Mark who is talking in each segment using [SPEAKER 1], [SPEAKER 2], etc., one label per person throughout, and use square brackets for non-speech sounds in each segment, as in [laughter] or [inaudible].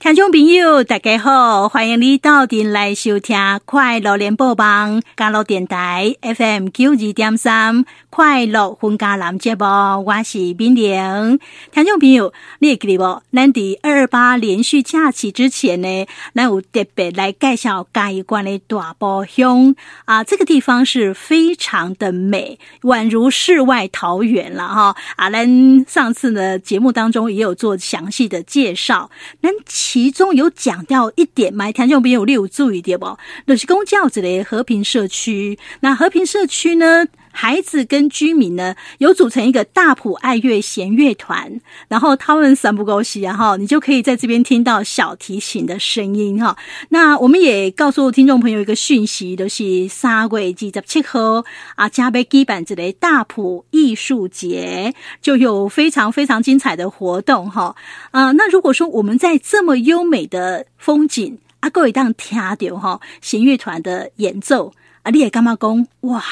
[SPEAKER 1] 听众朋友，大家好，欢迎你到店来收听《快乐联播网》加乐电台 FM 九二点三《快乐分家男》节目，我是敏玲。听众朋友，你会记得无？咱伫二二八连续假期之前呢，咱有特别来介绍嘉义县的大埔乡啊，这个地方是非常的美，宛如世外桃源了哈。啊，咱上次呢节目当中也有做详细的介绍。咱其中有讲到一点嘛，听众朋友你有注意点不？就是公教子的和平社区，那和平社区呢？孩子跟居民呢，有组成一个大埔爱乐弦乐团，然后他们三不勾西啊哈，你就可以在这边听到小提琴的声音哈。那我们也告诉听众朋友一个讯息，就是三月二十七号啊，加贝基板子的大埔艺术节就有非常非常精彩的活动哈。啊、那如果说我们在这么优美的风景啊，各位当听到哈弦乐团的演奏啊，你也干嘛讲哇？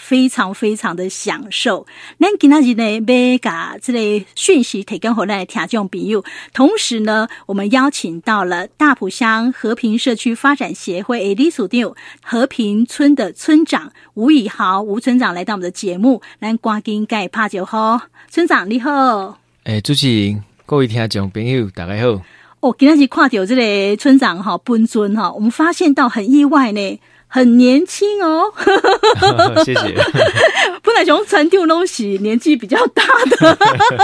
[SPEAKER 1] 非常非常的享受。咱今仔日呢，要把这类讯息提供给咱的听众朋友。同时呢，我们邀请到了大埔乡和平社区发展协会的理事长、和平村的村长吴以豪吴村长来到我们的节目。咱赶紧盖拍就好，村长你好。
[SPEAKER 2] 诶、主持人，各位听众朋友，大家好。
[SPEAKER 1] 哦，今天是看到这个村长哈、本尊哈、我们发现到很意外呢，很年轻哦。 [laughs]
[SPEAKER 2] [laughs] 谢谢。
[SPEAKER 1] 本来想陈丢拢是年纪比较大的， [laughs]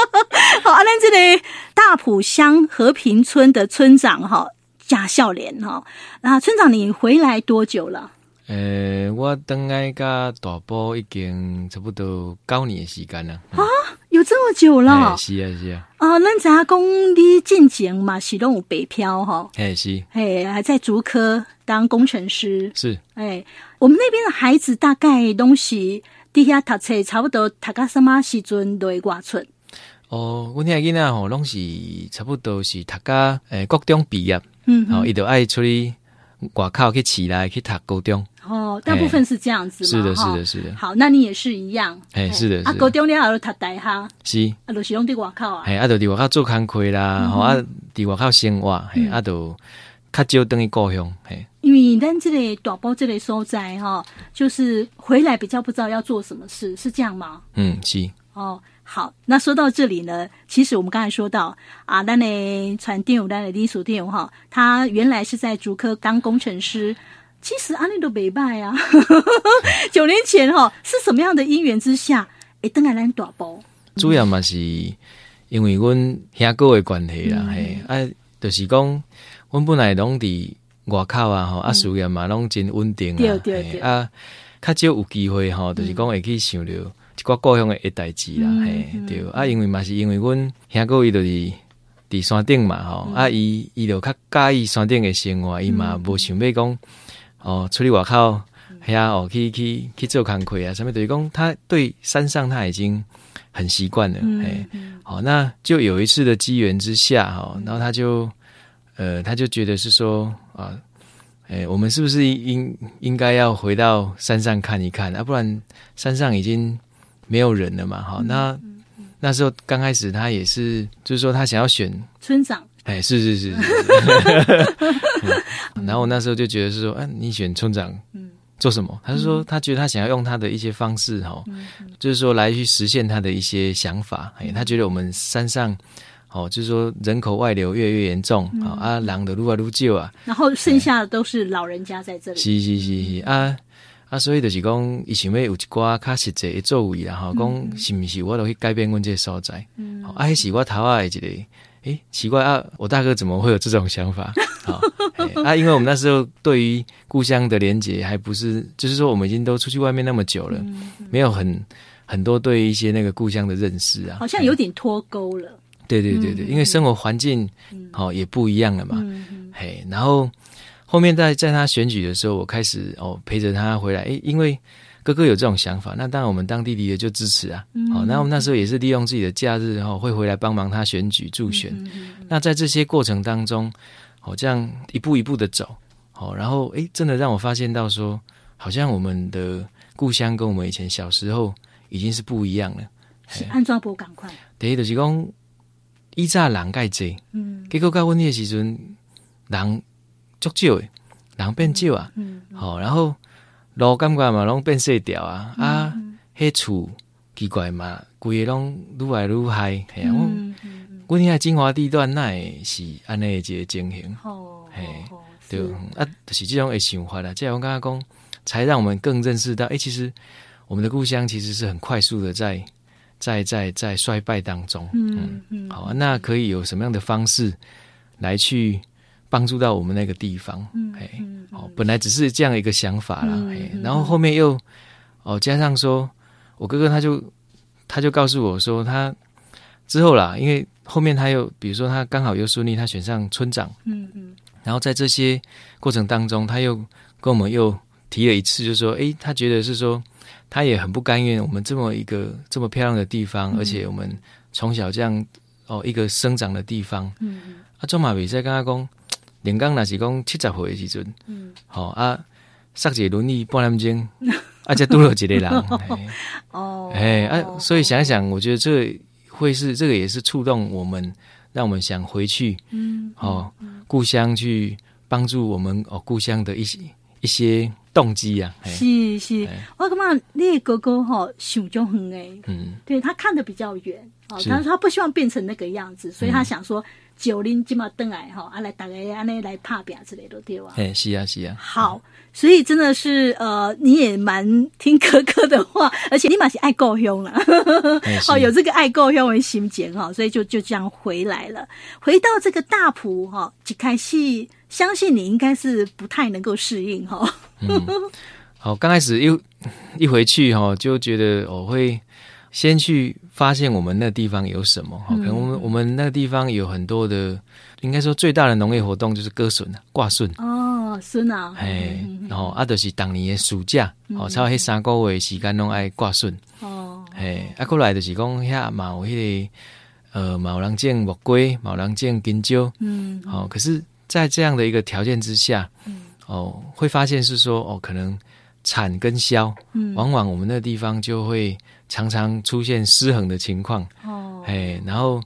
[SPEAKER 1] 好啊，咱这个大埔乡和平村的村长哈贾孝莲哈，啊，村长你回来多久了？
[SPEAKER 2] 诶、我等来甲大埔已经差不多九年的时间了。啊，
[SPEAKER 1] 有这么久了
[SPEAKER 2] 诶是啊是啊，
[SPEAKER 1] 啊？咱知影讲你进前嘛是拢有北漂哈，
[SPEAKER 2] 诶、是
[SPEAKER 1] 嘿，还在竹科当工程师，
[SPEAKER 2] 是，
[SPEAKER 1] 哎，我们那边的孩子大概拢是底下读册差不多读到什么时阵落外出？
[SPEAKER 2] 哦，阮遐囡仔吼，拢是差不多是读甲诶国中毕业，
[SPEAKER 1] 嗯哼，
[SPEAKER 2] 吼、伊就爱出去外口去市内去读高中。
[SPEAKER 1] 哦，大部分是这样子嘛，
[SPEAKER 2] 哎是的，是
[SPEAKER 1] 哈
[SPEAKER 2] 的，是的，
[SPEAKER 1] 好，那你也是一样。
[SPEAKER 2] 哎是的
[SPEAKER 1] 啊，
[SPEAKER 2] 是的
[SPEAKER 1] 高中了后就读大学，啊，
[SPEAKER 2] 是。
[SPEAKER 1] 就是拢伫外口啊。
[SPEAKER 2] 嘿，啊，就伫外口做工课
[SPEAKER 1] 嗯
[SPEAKER 2] 啦，吼、啊，伫外口生活，嘿，啊，就较少等于故乡，嘿，
[SPEAKER 1] 因为咱这个大埔这个所在哈，就是回来比较不知道要做什么事，是这样吗？
[SPEAKER 2] 嗯，是，
[SPEAKER 1] 哦，好，那说到这里呢，其实我们刚才说到啊，那的船长，那的隶属店哈，他原来是在竹科当工程师。其实阿内都没败啊， [laughs] 九年前哈是什么样的因缘之下，哎，登来咱大埔，
[SPEAKER 2] 主要嘛是因为阮兄哥的关系
[SPEAKER 1] 嗯
[SPEAKER 2] 啦，嘿、啊，就是讲，阮本来拢伫外口啊，吼，啊，事业嘛拢真稳定
[SPEAKER 1] 嗯对
[SPEAKER 2] 啊，
[SPEAKER 1] 对对嗯
[SPEAKER 2] 嘿啊，较少有机会吼，就是讲会去想着一寡故乡的代志啦，嘿、
[SPEAKER 1] 嗯
[SPEAKER 2] 对，啊，因为嘛是因为阮兄哥伊就是。伫山顶嘛吼，
[SPEAKER 1] 嗯
[SPEAKER 2] 啊伊伊就较介意山顶的生活，伊嘛无想要讲哦出去外口
[SPEAKER 1] 嗯
[SPEAKER 2] 遐哦去去去做工课啊，啥物就是讲他对山上他已经很习惯了，哎、好、那就有一次的机缘之下，哈，然后他就，呃，他就觉得是说啊，哎、我们是不是应应该要回到山上看一看啊？不然山上已经没有人了嘛，哈、那那时候刚开始他也是，就是说他想要选，
[SPEAKER 1] 村长，
[SPEAKER 2] 哎、是是是是是嗯然后我那时候就觉得是说，啊，你选村长，
[SPEAKER 1] 嗯
[SPEAKER 2] 做什么？他是说，他觉得他想要用他的一些方式，哈、就是说来去实现他的一些想法。哎，他觉得我们山上，哦，就是说人口外流越来越严重，哦啊，人的愈来愈少啊，
[SPEAKER 1] 然后剩下的都是老人家在这里。嗯
[SPEAKER 2] 是是是是啊啊，所以就是讲，伊想要有一寡较实际的作为啦，吼、
[SPEAKER 1] 嗯
[SPEAKER 2] 讲是毋是我都去改变阮这个所在，嗯，啊，迄是我头啊一个，诶、奇怪啊，我大哥怎么会有这种想法？好、嘿啊，因为我们那时候对于故乡的连结还不是，就是说我们已经都出去外面那么久了，
[SPEAKER 1] 嗯
[SPEAKER 2] 没有很很多对一些那个故乡的认识啊，
[SPEAKER 1] 好像有点脱钩了。
[SPEAKER 2] 对对对对，因为生活环境好、哦也不一样了嘛，嘿，然后后面在在他选举的时候，我开始哦陪着他回来，诶，因为哥哥有这种想法，那当然我们当弟弟的就支持啊，好、那我们那时候也是利用自己的假日哦，会回来帮忙他选举助选，那在这些过程当中，哦这样一步一步的走，哦，然后诶，真的让我发现到说，好像我们的故乡跟我们以前小时候已经是不一样了。
[SPEAKER 1] 是安装博赶
[SPEAKER 2] 哎
[SPEAKER 1] 快，
[SPEAKER 2] 第一就是讲，以早人介济，
[SPEAKER 1] 嗯，
[SPEAKER 2] 结果到阮迄个时阵，人足少诶，人变少啊，
[SPEAKER 1] 嗯
[SPEAKER 2] 吼、然后路感觉嘛拢变细条啊，
[SPEAKER 1] 嗯
[SPEAKER 2] 啊，迄厝奇怪嘛，规个拢愈来愈害，嘿啊，阮
[SPEAKER 1] 嗯嗯，
[SPEAKER 2] 阮遐精华地段哪会是安尼诶一个情形，
[SPEAKER 1] 好，
[SPEAKER 2] 嘿
[SPEAKER 1] 好
[SPEAKER 2] 对，嗯啊，就是这种诶想法啦，这样我刚刚讲，才让我们更认识到，诶、其实我们的故乡其实是很快速的在在在在衰败当中，
[SPEAKER 1] 嗯嗯，
[SPEAKER 2] 好，啊那可以有什么样的方式来去帮助到我们那个地方？
[SPEAKER 1] 嗯
[SPEAKER 2] 哎，
[SPEAKER 1] 嗯
[SPEAKER 2] 哦，本来只是这样一个想法啦，
[SPEAKER 1] 嗯
[SPEAKER 2] 哎、
[SPEAKER 1] 嗯
[SPEAKER 2] 然后后面又哦加上说，我哥哥他就他就告诉我说，他之后啦，因为后面他又比如说他刚好又顺利他选上村长，
[SPEAKER 1] 嗯嗯
[SPEAKER 2] 然后在这些过程当中，他又跟我们又提了一次，就说：“诶，他觉得是说，他也很不甘愿我们这么一个这么漂亮的地方，而且我们从小这样哦一个生长的地方，
[SPEAKER 1] 嗯
[SPEAKER 2] 啊，做嘛比赛跟他讲，连刚若是讲七十岁的时阵，
[SPEAKER 1] 嗯，
[SPEAKER 2] 吼、啊，塞一个轮椅半点钟，啊，才拄到一个人，嘿
[SPEAKER 1] 哦，
[SPEAKER 2] 哎、啊，所以想一想，我觉得这会是这个也是触动我们，让我们想回去，
[SPEAKER 1] 嗯，
[SPEAKER 2] 哦，故乡去帮助我们哦故乡的一些一些动机啊，哎、
[SPEAKER 1] 是是
[SPEAKER 2] 哎，
[SPEAKER 1] 我感觉你的哥哥吼想就很诶，
[SPEAKER 2] 嗯，
[SPEAKER 1] 对他看得比较远哦，
[SPEAKER 2] 是嗯
[SPEAKER 1] 他他不希望变成那个样子，所以他想说九零今嘛登来吼，啊来大家安尼来拍拼之类的对吧？
[SPEAKER 2] 哎、是啊是
[SPEAKER 1] [laughs]
[SPEAKER 2] 啊，
[SPEAKER 1] 好，所以真的是呃，你也蛮听哥哥的话， [laughs] 而且你嘛是爱够凶了，
[SPEAKER 2] 哎、是
[SPEAKER 1] 哦，有这个爱够用为心结哈，所以就就这样回来了。回到这个大埔哈，一开始相信你应该是不太能够适应哈。
[SPEAKER 2] 好，哦刚开始又 [coughs] 一回去哈、哦，就觉得我、哦会先去发现我们那地方有什么。
[SPEAKER 1] 嗯
[SPEAKER 2] 哦、可能我们、我们那个地方有很多的，应该说最大的农业活动就是割笋啊，挂笋。
[SPEAKER 1] 哦，孙啊，
[SPEAKER 2] 嘿，然后啊，就是当年的暑假，
[SPEAKER 1] 嗯
[SPEAKER 2] 哦，差不多迄三个月的时间拢爱挂笋。
[SPEAKER 1] 哦，
[SPEAKER 2] 嘿，啊，过来就是讲遐嘛有迄、个呃，嘛有人种木瓜，嘛有人种香蕉。
[SPEAKER 1] 嗯，
[SPEAKER 2] 哦，可是，在这样的一个条件之下，哦，会发现是说，哦，可能产跟销，
[SPEAKER 1] 嗯
[SPEAKER 2] 往往我们那地方就会常常出现失衡的情况，
[SPEAKER 1] 哦，
[SPEAKER 2] 哎，然后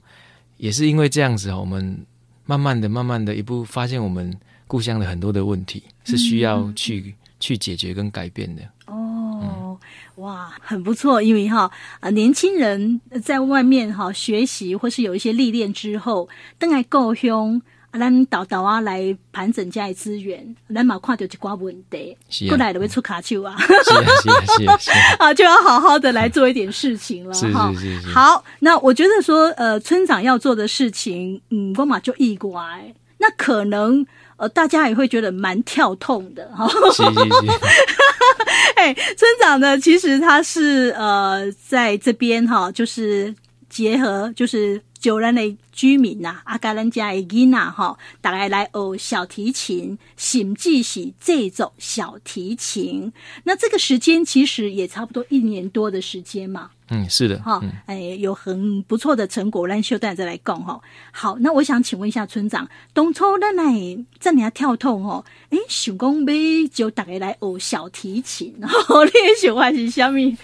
[SPEAKER 2] 也是因为这样子，哦我们慢慢的、慢慢的一步发现我们故乡的很多的问题是需
[SPEAKER 1] 嗯
[SPEAKER 2] 要去、去解决跟改变的。
[SPEAKER 1] 哦，哇，很不错，因为哈啊，年轻人在外面哈学习或是有一些历练之后，等来够凶。啊，咱导导啊来盘整这些资源，咱嘛看到一寡问题，
[SPEAKER 2] 是啊
[SPEAKER 1] 过来就会出卡手啊。 [laughs]
[SPEAKER 2] 是啊，是啊，是啊，是啊，
[SPEAKER 1] 啊，就要好好的来做一点事情了
[SPEAKER 2] 是
[SPEAKER 1] 哈。
[SPEAKER 2] 是是是
[SPEAKER 1] [laughs] 好，那我觉得说，呃，村长要做的事情，嗯，光马就意外，那可能呃，大家也会觉得蛮跳痛的哈。
[SPEAKER 2] [laughs] 是是是，
[SPEAKER 1] 哎， [laughs] 村长呢，其实他是呃，在这边哈，就是结合就是。九人的居民呐、啊，甲咱遮的囡仔吼，大概来学小提琴，甚至是这种小提琴。那这个时间其实也差不多一年多的时间嘛，
[SPEAKER 2] 嗯，是的，
[SPEAKER 1] 哈、哎，有很不错的成果，咱秀蛋再来讲哈。好，那我想请问一下村长，当初咱来这里跳痛哦，哎，想讲要就大家来学小提琴， [laughs] 然后你的想法是虾米？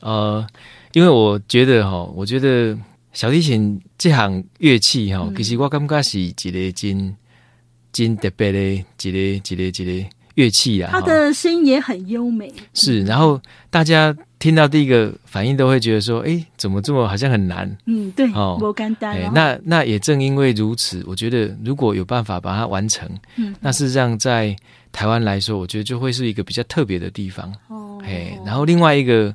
[SPEAKER 2] 呃，因为我觉得哈，我觉得小提琴这项乐器
[SPEAKER 1] 嗯
[SPEAKER 2] 哈，其实我感觉是一个真真特别的一个一个一个一个乐器啊。
[SPEAKER 1] 他
[SPEAKER 2] 哈
[SPEAKER 1] 的声音也很优美，
[SPEAKER 2] 是，然后大家听到第一个反应都会觉得说，诶，怎么这么好像很难？
[SPEAKER 1] 嗯，对，
[SPEAKER 2] 哦
[SPEAKER 1] 不简单
[SPEAKER 2] 哎
[SPEAKER 1] 哦，，
[SPEAKER 2] 那那也正因为如此，我觉得如果有办法把它完成，
[SPEAKER 1] 嗯
[SPEAKER 2] 那事实上在台湾来说，我觉得就会是一个比较特别的地方。
[SPEAKER 1] 哦，
[SPEAKER 2] 嘿，然后另外一个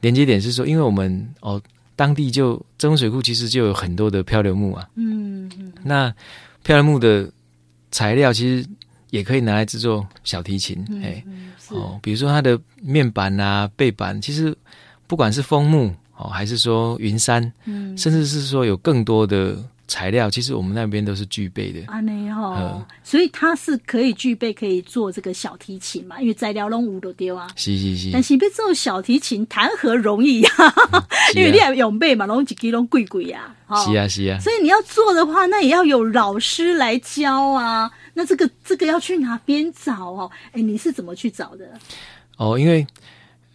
[SPEAKER 2] 连接点是说，因为我们哦当地就增水库其实就有很多的漂流木啊，
[SPEAKER 1] 嗯嗯
[SPEAKER 2] 那漂流木的材料其实也可以拿来制作小提琴，哎、
[SPEAKER 1] 嗯，是，
[SPEAKER 2] 哦，比如说它的面板啊、背板，其实不管是枫木哦，还是说云杉，
[SPEAKER 1] 嗯，
[SPEAKER 2] 甚至是说有更多的材料，其实我们那边都是具备的。
[SPEAKER 1] 安尼吼
[SPEAKER 2] 嗯，
[SPEAKER 1] 所以他是可以具备可以做这个小提琴嘛，因为材料拢有都丢啊。
[SPEAKER 2] 是是是，
[SPEAKER 1] 但是要做小提琴谈何容易呀、[laughs]
[SPEAKER 2] 是
[SPEAKER 1] 因为你
[SPEAKER 2] 啊
[SPEAKER 1] 也用背嘛，拢一支拢贵贵呀，哦
[SPEAKER 2] 是啊是啊，
[SPEAKER 1] 所以你要做的话，那也要有老师来教啊。那这个这个要去哪边找哦？哎，你是怎么去找的？
[SPEAKER 2] 哦，因为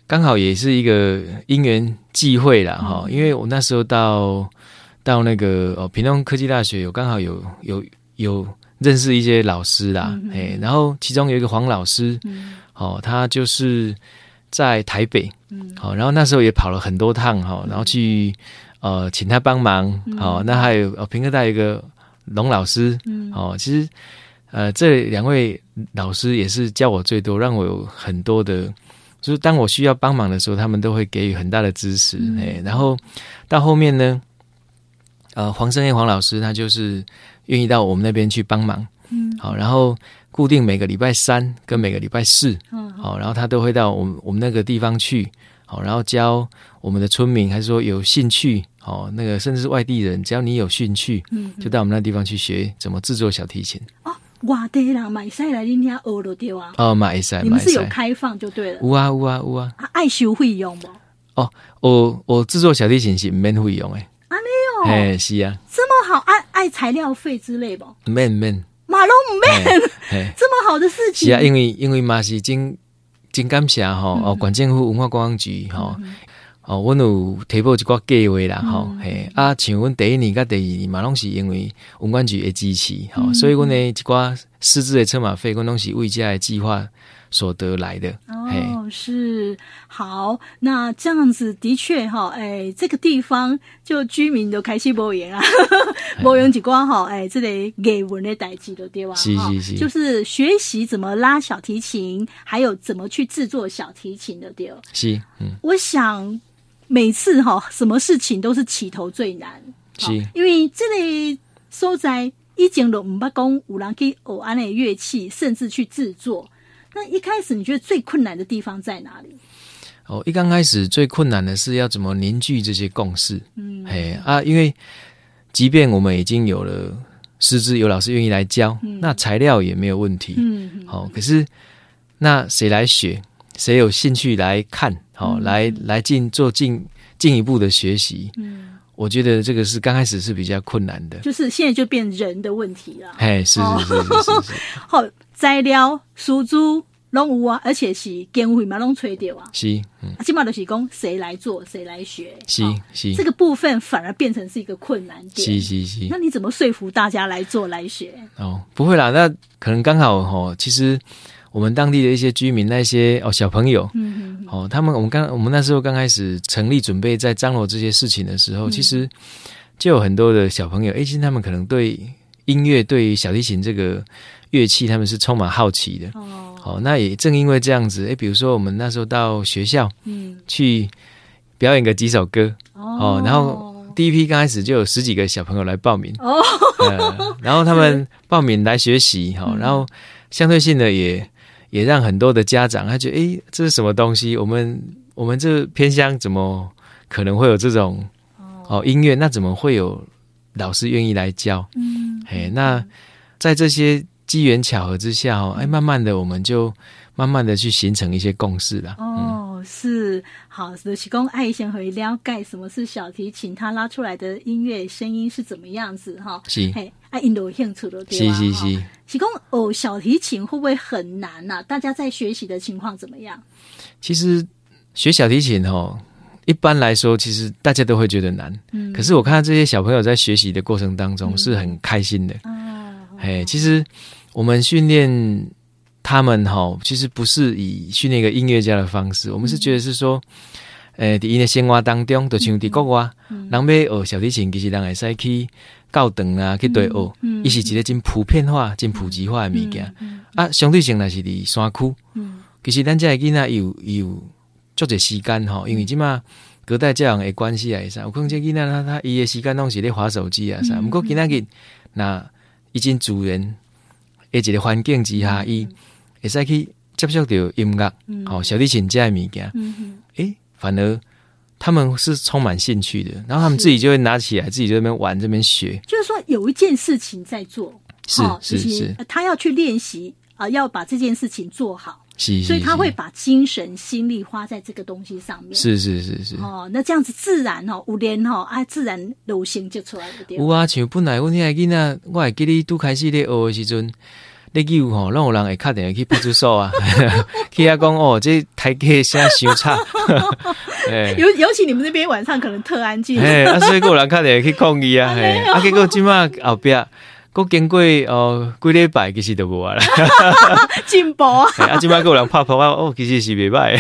[SPEAKER 2] 刚好也是一个因缘际会啦，哈、因为我那时候到到那个哦，屏东科技大学有刚好有有有认识一些老师啦，哎、然后其中有一个黄老师，哦，他就是在台北，好、然后那时候也跑了很多趟哈、然后去呃请他帮忙，好、那还有呃平科大有一个龙老师，哦，其实呃这两位老师也是教我最多，让我有很多的。就是当我需要帮忙的时候，他们都会给予很大的支持，哎、然后到后面呢，呃，黄生燕黄老师他就是愿意到我们那边去帮忙，
[SPEAKER 1] 嗯，
[SPEAKER 2] 好，然后固定每个礼拜三跟每个礼拜四，
[SPEAKER 1] 嗯
[SPEAKER 2] 好，然后他都会到我们我们那个地方去，好，然后教我们的村民，还是说有兴趣，哦，那个甚至是外地人，只要你有兴趣，
[SPEAKER 1] 嗯，
[SPEAKER 2] 就到我们那地方去学怎么制作小提琴，
[SPEAKER 1] 哦，外地人买晒来恁遐学了对啊，
[SPEAKER 2] 哦，买塞
[SPEAKER 1] 你们
[SPEAKER 2] 买
[SPEAKER 1] 是有
[SPEAKER 2] 塞，
[SPEAKER 1] 开放就对了，
[SPEAKER 2] 有啊有啊有啊，
[SPEAKER 1] 啊，爱收费用不？
[SPEAKER 2] 我我制作小提琴是唔免费用诶，
[SPEAKER 1] 安尼哦，
[SPEAKER 2] 哎、是啊，
[SPEAKER 1] 这么好，爱爱材料费之类不？
[SPEAKER 2] 唔免唔免，
[SPEAKER 1] 马龙唔
[SPEAKER 2] 哎
[SPEAKER 1] 免
[SPEAKER 2] 嘿
[SPEAKER 1] [laughs] 这么好的事情，
[SPEAKER 2] 是啊，因为因为嘛是真真感谢吼，
[SPEAKER 1] 嗯
[SPEAKER 2] 哦，县政府文化观光局吼，哦，阮有提报一寡计划啦
[SPEAKER 1] 嗯
[SPEAKER 2] 吼，嘿，啊，像阮第一年甲第二年嘛，拢是因为文管局的支持
[SPEAKER 1] 嗯
[SPEAKER 2] 吼，所以阮的一寡师资的车马费，阮拢是为这的计划所得来的，嘿，
[SPEAKER 1] 哦，是好，那这样子的确哈，哎，这个地方就居民都开始无言
[SPEAKER 2] [laughs]
[SPEAKER 1] 啊，无言一光哈，哎，这类给文的代志都对吧？
[SPEAKER 2] 是
[SPEAKER 1] 哈
[SPEAKER 2] 是是
[SPEAKER 1] 就是学习怎么拉小提琴，还有怎么去制作小提琴的对。
[SPEAKER 2] 是，嗯，
[SPEAKER 1] 我想每次哈，什么事情都是起头最难，
[SPEAKER 2] 是
[SPEAKER 1] 哦因为这类所在以前都唔捌讲有人去学安的乐器，甚至去制作。那一开始你觉得最困难的地方在哪里？
[SPEAKER 2] 哦，一刚开始最困难的是要怎么凝聚这些共识，嗯，嘿啊，因为即便我们已经有了师资，有老师愿意来教，那材料也没有问题，
[SPEAKER 1] 嗯，
[SPEAKER 2] 好、可是那谁来学？谁有兴趣来看？好、来来进做进进一步的学习。
[SPEAKER 1] 嗯，
[SPEAKER 2] 我觉得这个是刚开始是比较困难的。
[SPEAKER 1] 就是哦现在就变人的问题了。
[SPEAKER 2] 嘿，是是是是是
[SPEAKER 1] 好，材料、输租拢有啊，而且是经费嘛拢吹掉啊。
[SPEAKER 2] 是，是，嗯，
[SPEAKER 1] 起码就是讲谁来做，谁来学。
[SPEAKER 2] 是
[SPEAKER 1] 哦
[SPEAKER 2] 是
[SPEAKER 1] 这个部分反而变成是一个困难点。
[SPEAKER 2] 是是是
[SPEAKER 1] 那。你怎么说服大家来做来学？
[SPEAKER 2] 哦，不会啦，那可能刚好哦，其实我们当地的一些居民那些哦小朋友，
[SPEAKER 1] 嗯
[SPEAKER 2] 哦，他们我们刚我们那时候刚开始成立准备在张罗这些事情的时
[SPEAKER 1] 嗯
[SPEAKER 2] 候，其实就有很多的小朋友，诶，其实他们可能对音乐、对于小提琴这个乐器，他们是充满好奇的。
[SPEAKER 1] 哦，
[SPEAKER 2] 哦，那也正因为这样子，诶，比如说我们那时候到学校
[SPEAKER 1] 嗯，
[SPEAKER 2] 去表演个几首歌，
[SPEAKER 1] 哦
[SPEAKER 2] 哦然后第一批刚开始就有十几个小朋友来报名，
[SPEAKER 1] 哦，
[SPEAKER 2] 呃，然后他
[SPEAKER 1] [laughs]
[SPEAKER 2] 们报名来学习哈、
[SPEAKER 1] 嗯
[SPEAKER 2] 然后相对性的也也让很多的家长他觉得，诶，这是什么东西？我们我们这偏乡怎么可能会有这种哦音乐？那怎么会有老师愿意来教？
[SPEAKER 1] 嗯，
[SPEAKER 2] 哎，那在这些机缘巧合之下哦，哎，慢慢的我们就慢慢的去形成一些共识了。
[SPEAKER 1] 哦，是好，就是公爱先回了解什么是小提琴，它拉出来的音乐声音是怎么样子哈。
[SPEAKER 2] 是
[SPEAKER 1] 嘿，啊，印度有兴趣的对啊
[SPEAKER 2] 是
[SPEAKER 1] 吧？
[SPEAKER 2] 嗯是
[SPEAKER 1] 哈
[SPEAKER 2] 是，
[SPEAKER 1] 是公哦，小提琴会不会很难呐、大家在学习的情况怎么样？
[SPEAKER 2] 其实学小提琴哦，一般来说，其实大家都会觉得难。
[SPEAKER 1] 嗯
[SPEAKER 2] 可是我看到这些小朋友在学习的过程当中是很开心的。
[SPEAKER 1] 哦，
[SPEAKER 2] 哎、其实我们训练他们哈、其实不是以训练一个音乐家的方式，我们是觉得是说，诶、
[SPEAKER 1] 嗯
[SPEAKER 2] 在因的生活当中，就像伫国外，人要学小提琴，其实人会使去教堂啊，去对学，
[SPEAKER 1] 嗯
[SPEAKER 2] 伊是一个真普遍化、真普及化的物件。啊，相对性若是伫山区，
[SPEAKER 1] 嗯
[SPEAKER 2] 其实咱遮个囡仔伊有伊有足侪时间吼，因为即马隔代教养的关系啊，啥，有可能这囡仔他他伊的时间拢是咧划手机啊啥，毋过今仔日若已经自然，诶一个环境之下，伊会使去接触到音乐，吼、小提琴遮的物件，
[SPEAKER 1] 嗯嗯，
[SPEAKER 2] 诶，反而他们是充满兴趣的，然后他们自己就会拿起来，自己就在那边玩，这边学，
[SPEAKER 1] 就是说有一件事情在做，
[SPEAKER 2] 是
[SPEAKER 1] 哈
[SPEAKER 2] 是
[SPEAKER 1] 就是呃他要去练习啊、要把这件事情做好，
[SPEAKER 2] 是，
[SPEAKER 1] 所以
[SPEAKER 2] 是
[SPEAKER 1] 他会把精神心力花在这个东西上面。
[SPEAKER 2] 是是是是。
[SPEAKER 1] 哦，那这样子自然哦，有练哦，啊，自然流行就出来了，对吧
[SPEAKER 2] 有啊，像本来阮遐囡仔，我会记你拄开始咧学的时阵，咧叫吼，拢有人会敲电话去派出所啊， [laughs] 去遐讲哦，这台客声伤 [laughs] 吵，哎
[SPEAKER 1] 尤尤其你们那边晚上可能特安静，
[SPEAKER 2] 哎，啊，所以还有人敲电话去抗议啊，嘿，啊，结果即马后壁。过经过哦几礼拜其实都无啊啦，
[SPEAKER 1] 进步啊！
[SPEAKER 2] 嘿啊，即摆个有人拍破啊，哦，其实是袂歹。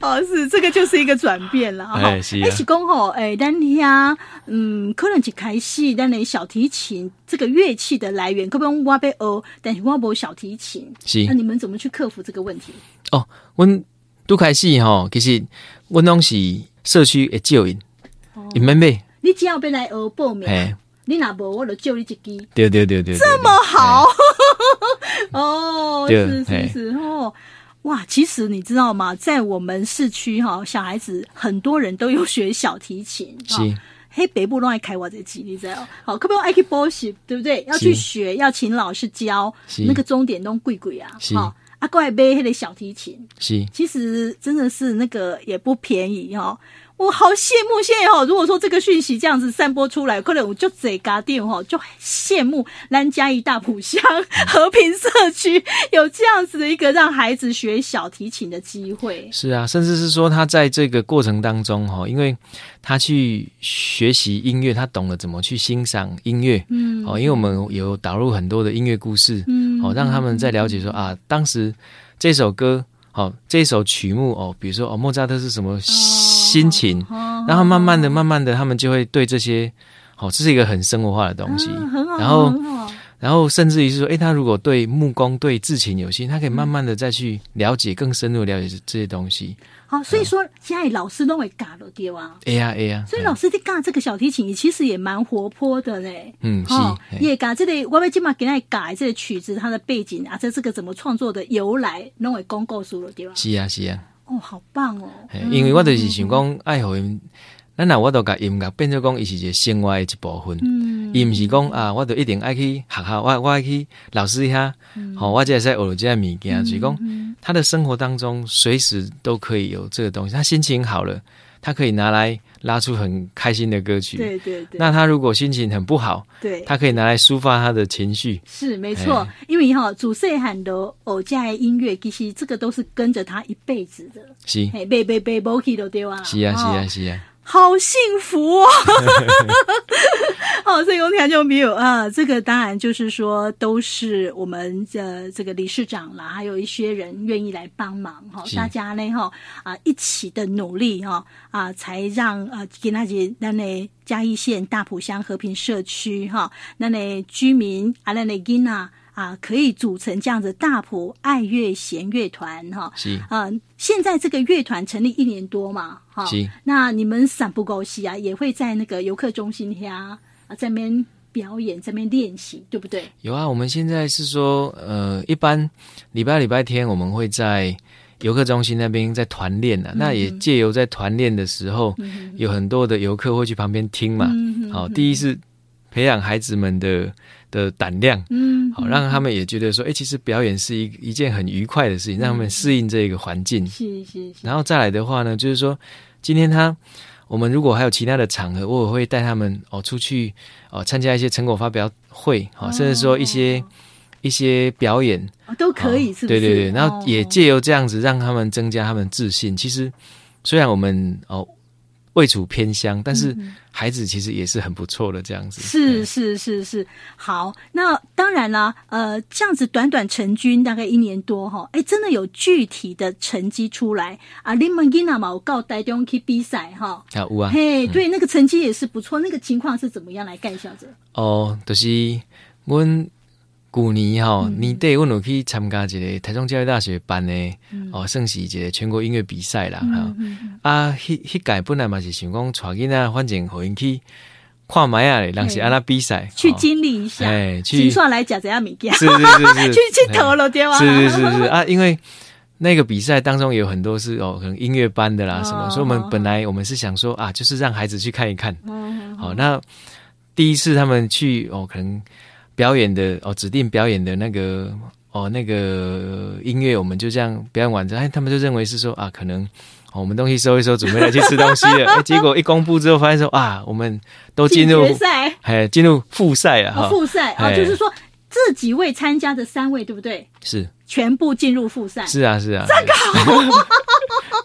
[SPEAKER 1] 哦，是这个就是一个转变了哈。
[SPEAKER 2] 哎是啊
[SPEAKER 1] 诶是讲吼，哦哎，咱遐嗯，可能一开始咱的小提琴这个乐器的来源，可不用我被学，但是我无小提琴，
[SPEAKER 2] 是
[SPEAKER 1] 那你们怎么去克服这个问题？
[SPEAKER 2] 哦，阮拄开始吼，其实阮拢是社区会借因，因免买，
[SPEAKER 1] 你只要被来学报名，啊
[SPEAKER 2] 嘿，
[SPEAKER 1] 你若无我就借你一支。
[SPEAKER 2] 对对对对，这么
[SPEAKER 1] 好， [laughs] 哦，
[SPEAKER 2] 对
[SPEAKER 1] 是是
[SPEAKER 2] 嘿
[SPEAKER 1] 是哦。哇，其实你知道吗？在我们市区哈、小孩子很多人都有学小提琴，
[SPEAKER 2] 是
[SPEAKER 1] 哈嘿，北部都爱开我这集，你知道？好，可不可以爱去补习，对不对？要去学，要请老师教，
[SPEAKER 2] 是
[SPEAKER 1] 那个钟点都贵贵啊，
[SPEAKER 2] 是
[SPEAKER 1] 好，啊，过来买那个小提琴，
[SPEAKER 2] 是
[SPEAKER 1] 其实真的是那个也不便宜哦。我好羡慕现在哦，如果说这个讯息这样子散播出来，可能我就这家店哦，就羡慕兰嘉义大埔乡和平社区有这样子的一个让孩子学小提琴的机会。
[SPEAKER 2] 是啊，甚至是说他在这个过程当中哈，因为他去学习音乐，他懂得怎么去欣赏音乐，
[SPEAKER 1] 嗯，
[SPEAKER 2] 哦，因为我们有导入很多的音乐故事，
[SPEAKER 1] 嗯
[SPEAKER 2] 哦，让他们在了解说啊，当时这首歌，哦，这首曲目，哦，比如说哦，莫扎特是什么心情，
[SPEAKER 1] 哦
[SPEAKER 2] 然后慢慢的、慢慢的，他们就会对这些，哦，这是一个很生活化的东西，
[SPEAKER 1] 嗯很好，
[SPEAKER 2] 然后
[SPEAKER 1] 很好
[SPEAKER 2] 然后甚至于是说，诶，他如果对木工、对制琴有兴趣，他可以慢慢的再去了解、更深入地了解这这些东西。
[SPEAKER 1] 好，所以说现在老师都会嘎了对吧？
[SPEAKER 2] 哎呀哎呀，
[SPEAKER 1] 啊所以哦老师在教这个小提琴，其实也蛮活泼的嘞。
[SPEAKER 2] 嗯是
[SPEAKER 1] 哦，
[SPEAKER 2] 嘿
[SPEAKER 1] 也教这个，我们今嘛给他改这个曲子，它的背景啊，这这个怎么创作的由来，弄会公告诉了对吧？
[SPEAKER 2] 是啊是啊，
[SPEAKER 1] 哦，好棒哦！
[SPEAKER 2] 嘿因为我就是想讲爱互因，咱若我都甲音乐变做讲，伊是一个生活的一部分。
[SPEAKER 1] 嗯，
[SPEAKER 2] 伊毋是讲啊，我就一定爱去学校，我我爱去老师遐，
[SPEAKER 1] 嗯
[SPEAKER 2] 吼、我才会使学即个物件，就是讲他的生活当中随时都可以有这个东西。他心情好了，他可以拿来拉出很开心的歌曲。
[SPEAKER 1] 对对对，
[SPEAKER 2] 那他如果心情很不好，
[SPEAKER 1] 对。
[SPEAKER 2] 他可以拿来抒发他的情绪。
[SPEAKER 1] 是没错，因为哈、主细汉的偶家的音乐，其实这个都是跟着他一辈子的，
[SPEAKER 2] 是
[SPEAKER 1] 哎，背背背 b o k y 都对吧？
[SPEAKER 2] 嗯是啊是
[SPEAKER 1] 哦
[SPEAKER 2] 啊是啊，
[SPEAKER 1] 好幸福哦！ [laughs] 哦，所以我听众朋友啊，这个当然就是说，都是我们的这个理事长啦，还有一些人愿意来帮忙哈、
[SPEAKER 2] 是
[SPEAKER 1] 大家呢哈啊一起的努力哈啊，才让啊给那些咱的嘉义县大埔乡和平社区哈，咱的居民啊，咱的囡仔啊，可以组成这样子大埔爱乐弦乐团哈。
[SPEAKER 2] 是
[SPEAKER 1] 啊，现在这个乐团成立一年多嘛，哈、
[SPEAKER 2] 是
[SPEAKER 1] 那你们散步狗戏啊，也会在那个游客中心遐啊，在那边表演，在那边练习，对不对？
[SPEAKER 2] 有啊。我们现在是说，呃，一般礼拜礼拜天我们会在游客中心那边在团练
[SPEAKER 1] 嗯
[SPEAKER 2] 啊。那也借由在团练的时候，有很多的游客会去旁边听嘛。好、
[SPEAKER 1] 嗯
[SPEAKER 2] 第一是培养孩子们的的胆量，
[SPEAKER 1] 嗯，
[SPEAKER 2] 好、让他们也觉得说，哎、其实表演是一一件很愉快的事情，让
[SPEAKER 1] 嗯
[SPEAKER 2] 他们适应这个环境。
[SPEAKER 1] 是是是，
[SPEAKER 2] 然后再来的话呢，就是说，今天他我们如果还有其他的场合，我也会带他们哦出去哦参加一些成果发表会，哦，甚至说一些、一些表演，
[SPEAKER 1] 哦都可以，
[SPEAKER 2] 哦
[SPEAKER 1] 是不
[SPEAKER 2] 对
[SPEAKER 1] 是？
[SPEAKER 2] 对对，然后也
[SPEAKER 1] 哦
[SPEAKER 2] 借由这样子让他们增加他们自信。其实虽然我们哦位处偏乡，但是孩子其实也是很不错的这样
[SPEAKER 1] 嗯
[SPEAKER 2] 子。
[SPEAKER 1] 是是是是，好，那当然啦，呃，这样子短短成军大概一年多哈，哎，真的有具体的成绩出来啊！你们囡仔嘛，有到台中去比赛哈，
[SPEAKER 2] 对啊，有啊，
[SPEAKER 1] 嘿，对，那个成绩也是不错，那个情况是怎么样来介绍着？
[SPEAKER 2] 哦，就是阮旧年吼、
[SPEAKER 1] 嗯
[SPEAKER 2] 年底，阮有去参加一个台中教育大学办的、
[SPEAKER 1] 嗯
[SPEAKER 2] 哦，算是一个全国音乐比赛啦。哈、啊，迄迄届本来嘛是想讲带囡仔，反正互因去看麦啊咧，人是安那比赛
[SPEAKER 1] 去
[SPEAKER 2] 哦
[SPEAKER 1] 经历一下，
[SPEAKER 2] 哎去
[SPEAKER 1] 请算来讲怎样物件，
[SPEAKER 2] [laughs] 是是是
[SPEAKER 1] [laughs]
[SPEAKER 2] 是，
[SPEAKER 1] 去去投了对吧？
[SPEAKER 2] 是是
[SPEAKER 1] [laughs]
[SPEAKER 2] 是是啊，因为那个比赛当中有很多是哦，可能音乐班的啦
[SPEAKER 1] 哦
[SPEAKER 2] 什么，所以我们本来我们是想说啊，就是让孩子去看一看。
[SPEAKER 1] 嗯
[SPEAKER 2] 好、那第一次他们去哦，可能表演的哦，指定表演的那个哦那个音乐，我们就这样表演完之后，哎，他们就认为是说啊，可能。哦我们东西收一收，准备来去吃东西了。 [laughs] 哎，结果一公布之后，发现说啊，我们都进入
[SPEAKER 1] 决，赛、
[SPEAKER 2] 哎，进入复赛了哈 [laughs]
[SPEAKER 1] 哦、。复赛啊，
[SPEAKER 2] 哎
[SPEAKER 1] 就是说这几位参加的三位对不对？
[SPEAKER 2] 是
[SPEAKER 1] 全部进入复赛。
[SPEAKER 2] 是啊是啊，这个好。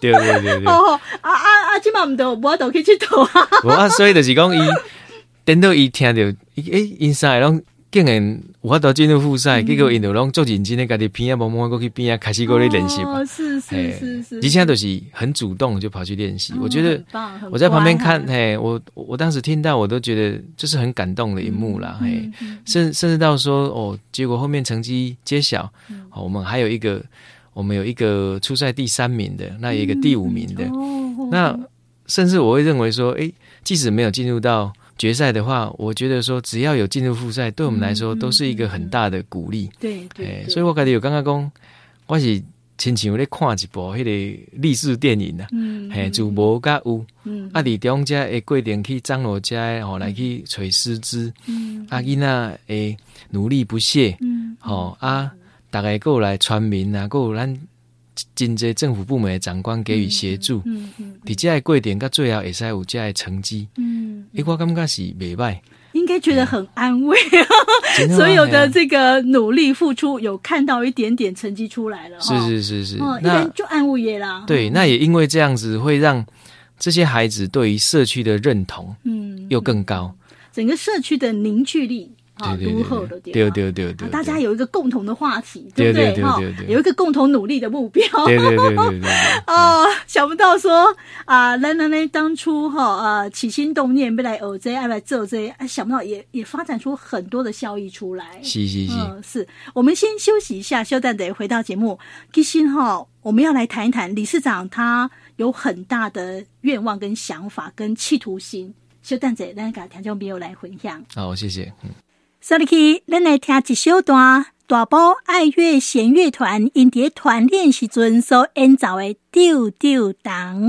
[SPEAKER 2] [laughs] 对对对对。 [laughs]
[SPEAKER 1] 哦啊啊啊！今晚我们都我都可以去投啊，
[SPEAKER 2] 无啊，所以就是讲伊等到伊听着，伊诶，因三个拢竟然有法度进入复
[SPEAKER 1] 嗯
[SPEAKER 2] 赛，结果因就拢足认真诶，家己边啊慢慢过去边啊开始过咧练习吧。哎
[SPEAKER 1] 哦，是是
[SPEAKER 2] 嘿
[SPEAKER 1] 是嗯是，哦
[SPEAKER 2] 以前都是很主动就跑去练习，我觉得
[SPEAKER 1] 很棒很
[SPEAKER 2] 我在旁边
[SPEAKER 1] 乖哈啊
[SPEAKER 2] 看，嘿，我我我当时听到我都觉得这是很感哎动的一幕啦，嘿
[SPEAKER 1] 嗯，嗯
[SPEAKER 2] 甚甚至到说哦，结果后面成绩揭晓，
[SPEAKER 1] 嗯
[SPEAKER 2] 哦，我们还有一个我们有一个初赛第三名的，那有一个第五名的，
[SPEAKER 1] 哦，
[SPEAKER 2] 那甚至我会认为说，诶，即使没有进入到决赛的话，我觉得说只要有进入复赛，对我们来说
[SPEAKER 1] 嗯嗯
[SPEAKER 2] 都是一个很大的鼓励。
[SPEAKER 1] 对嗯对
[SPEAKER 2] 诶，
[SPEAKER 1] 对，
[SPEAKER 2] 哎所以我家己有感觉讲，我是亲像咧看一部迄个励志电影啊，
[SPEAKER 1] 嗯，
[SPEAKER 2] 嘿、自无甲有，
[SPEAKER 1] 嗯
[SPEAKER 2] 啊，伫中间会过程去张罗遮吼来去找师资，
[SPEAKER 1] 嗯
[SPEAKER 2] 啊，囡仔会努力不懈，
[SPEAKER 1] 嗯
[SPEAKER 2] 吼、啊，大概有来全民啊，还有咱真侪政府部门的长官给予协助，
[SPEAKER 1] 嗯嗯
[SPEAKER 2] 伫遮个过程到最后会使有遮个成绩，
[SPEAKER 1] 嗯，
[SPEAKER 2] 诶、我感觉是袂歹，
[SPEAKER 1] 应该觉得很安慰，
[SPEAKER 2] 真吗
[SPEAKER 1] 所有的
[SPEAKER 2] 嘿
[SPEAKER 1] 这个努力付出有看到一点点成绩出来了，
[SPEAKER 2] 啊
[SPEAKER 1] 哈
[SPEAKER 2] 是是是是，
[SPEAKER 1] 哦，一般就安慰耶啦，，
[SPEAKER 2] 对，那也因为这样子，会让这些孩子对于社区的认同
[SPEAKER 1] 嗯，
[SPEAKER 2] 又更高。
[SPEAKER 1] 整个社区的凝聚力啊，
[SPEAKER 2] 对
[SPEAKER 1] 如何
[SPEAKER 2] 对
[SPEAKER 1] 的
[SPEAKER 2] 对，对对对
[SPEAKER 1] 啊
[SPEAKER 2] 对，，
[SPEAKER 1] 大家有一个共同的话题，
[SPEAKER 2] 对
[SPEAKER 1] 不
[SPEAKER 2] 对对
[SPEAKER 1] 哈
[SPEAKER 2] 对对，对
[SPEAKER 1] 有一个共同努力的目标，
[SPEAKER 2] 对对对对对对，
[SPEAKER 1] 哦，想不到说啊，兰兰呢当初哈啊起心动念要来偶这爱来做这啊，想不到也也发展出很多的效益出来。
[SPEAKER 2] 是是是，
[SPEAKER 1] 嗯，是我们先休息一下，休蛋得回到节目。其实哈，我们要来谈一谈理事长他有很大的愿望、跟想法、跟企图心。休蛋仔，咱甲听众朋友来分享。
[SPEAKER 2] 好，谢谢。嗯
[SPEAKER 1] 所以去，咱来听一小段大埔爱乐弦乐团因伫团练时阵所演奏的《丢丢党》。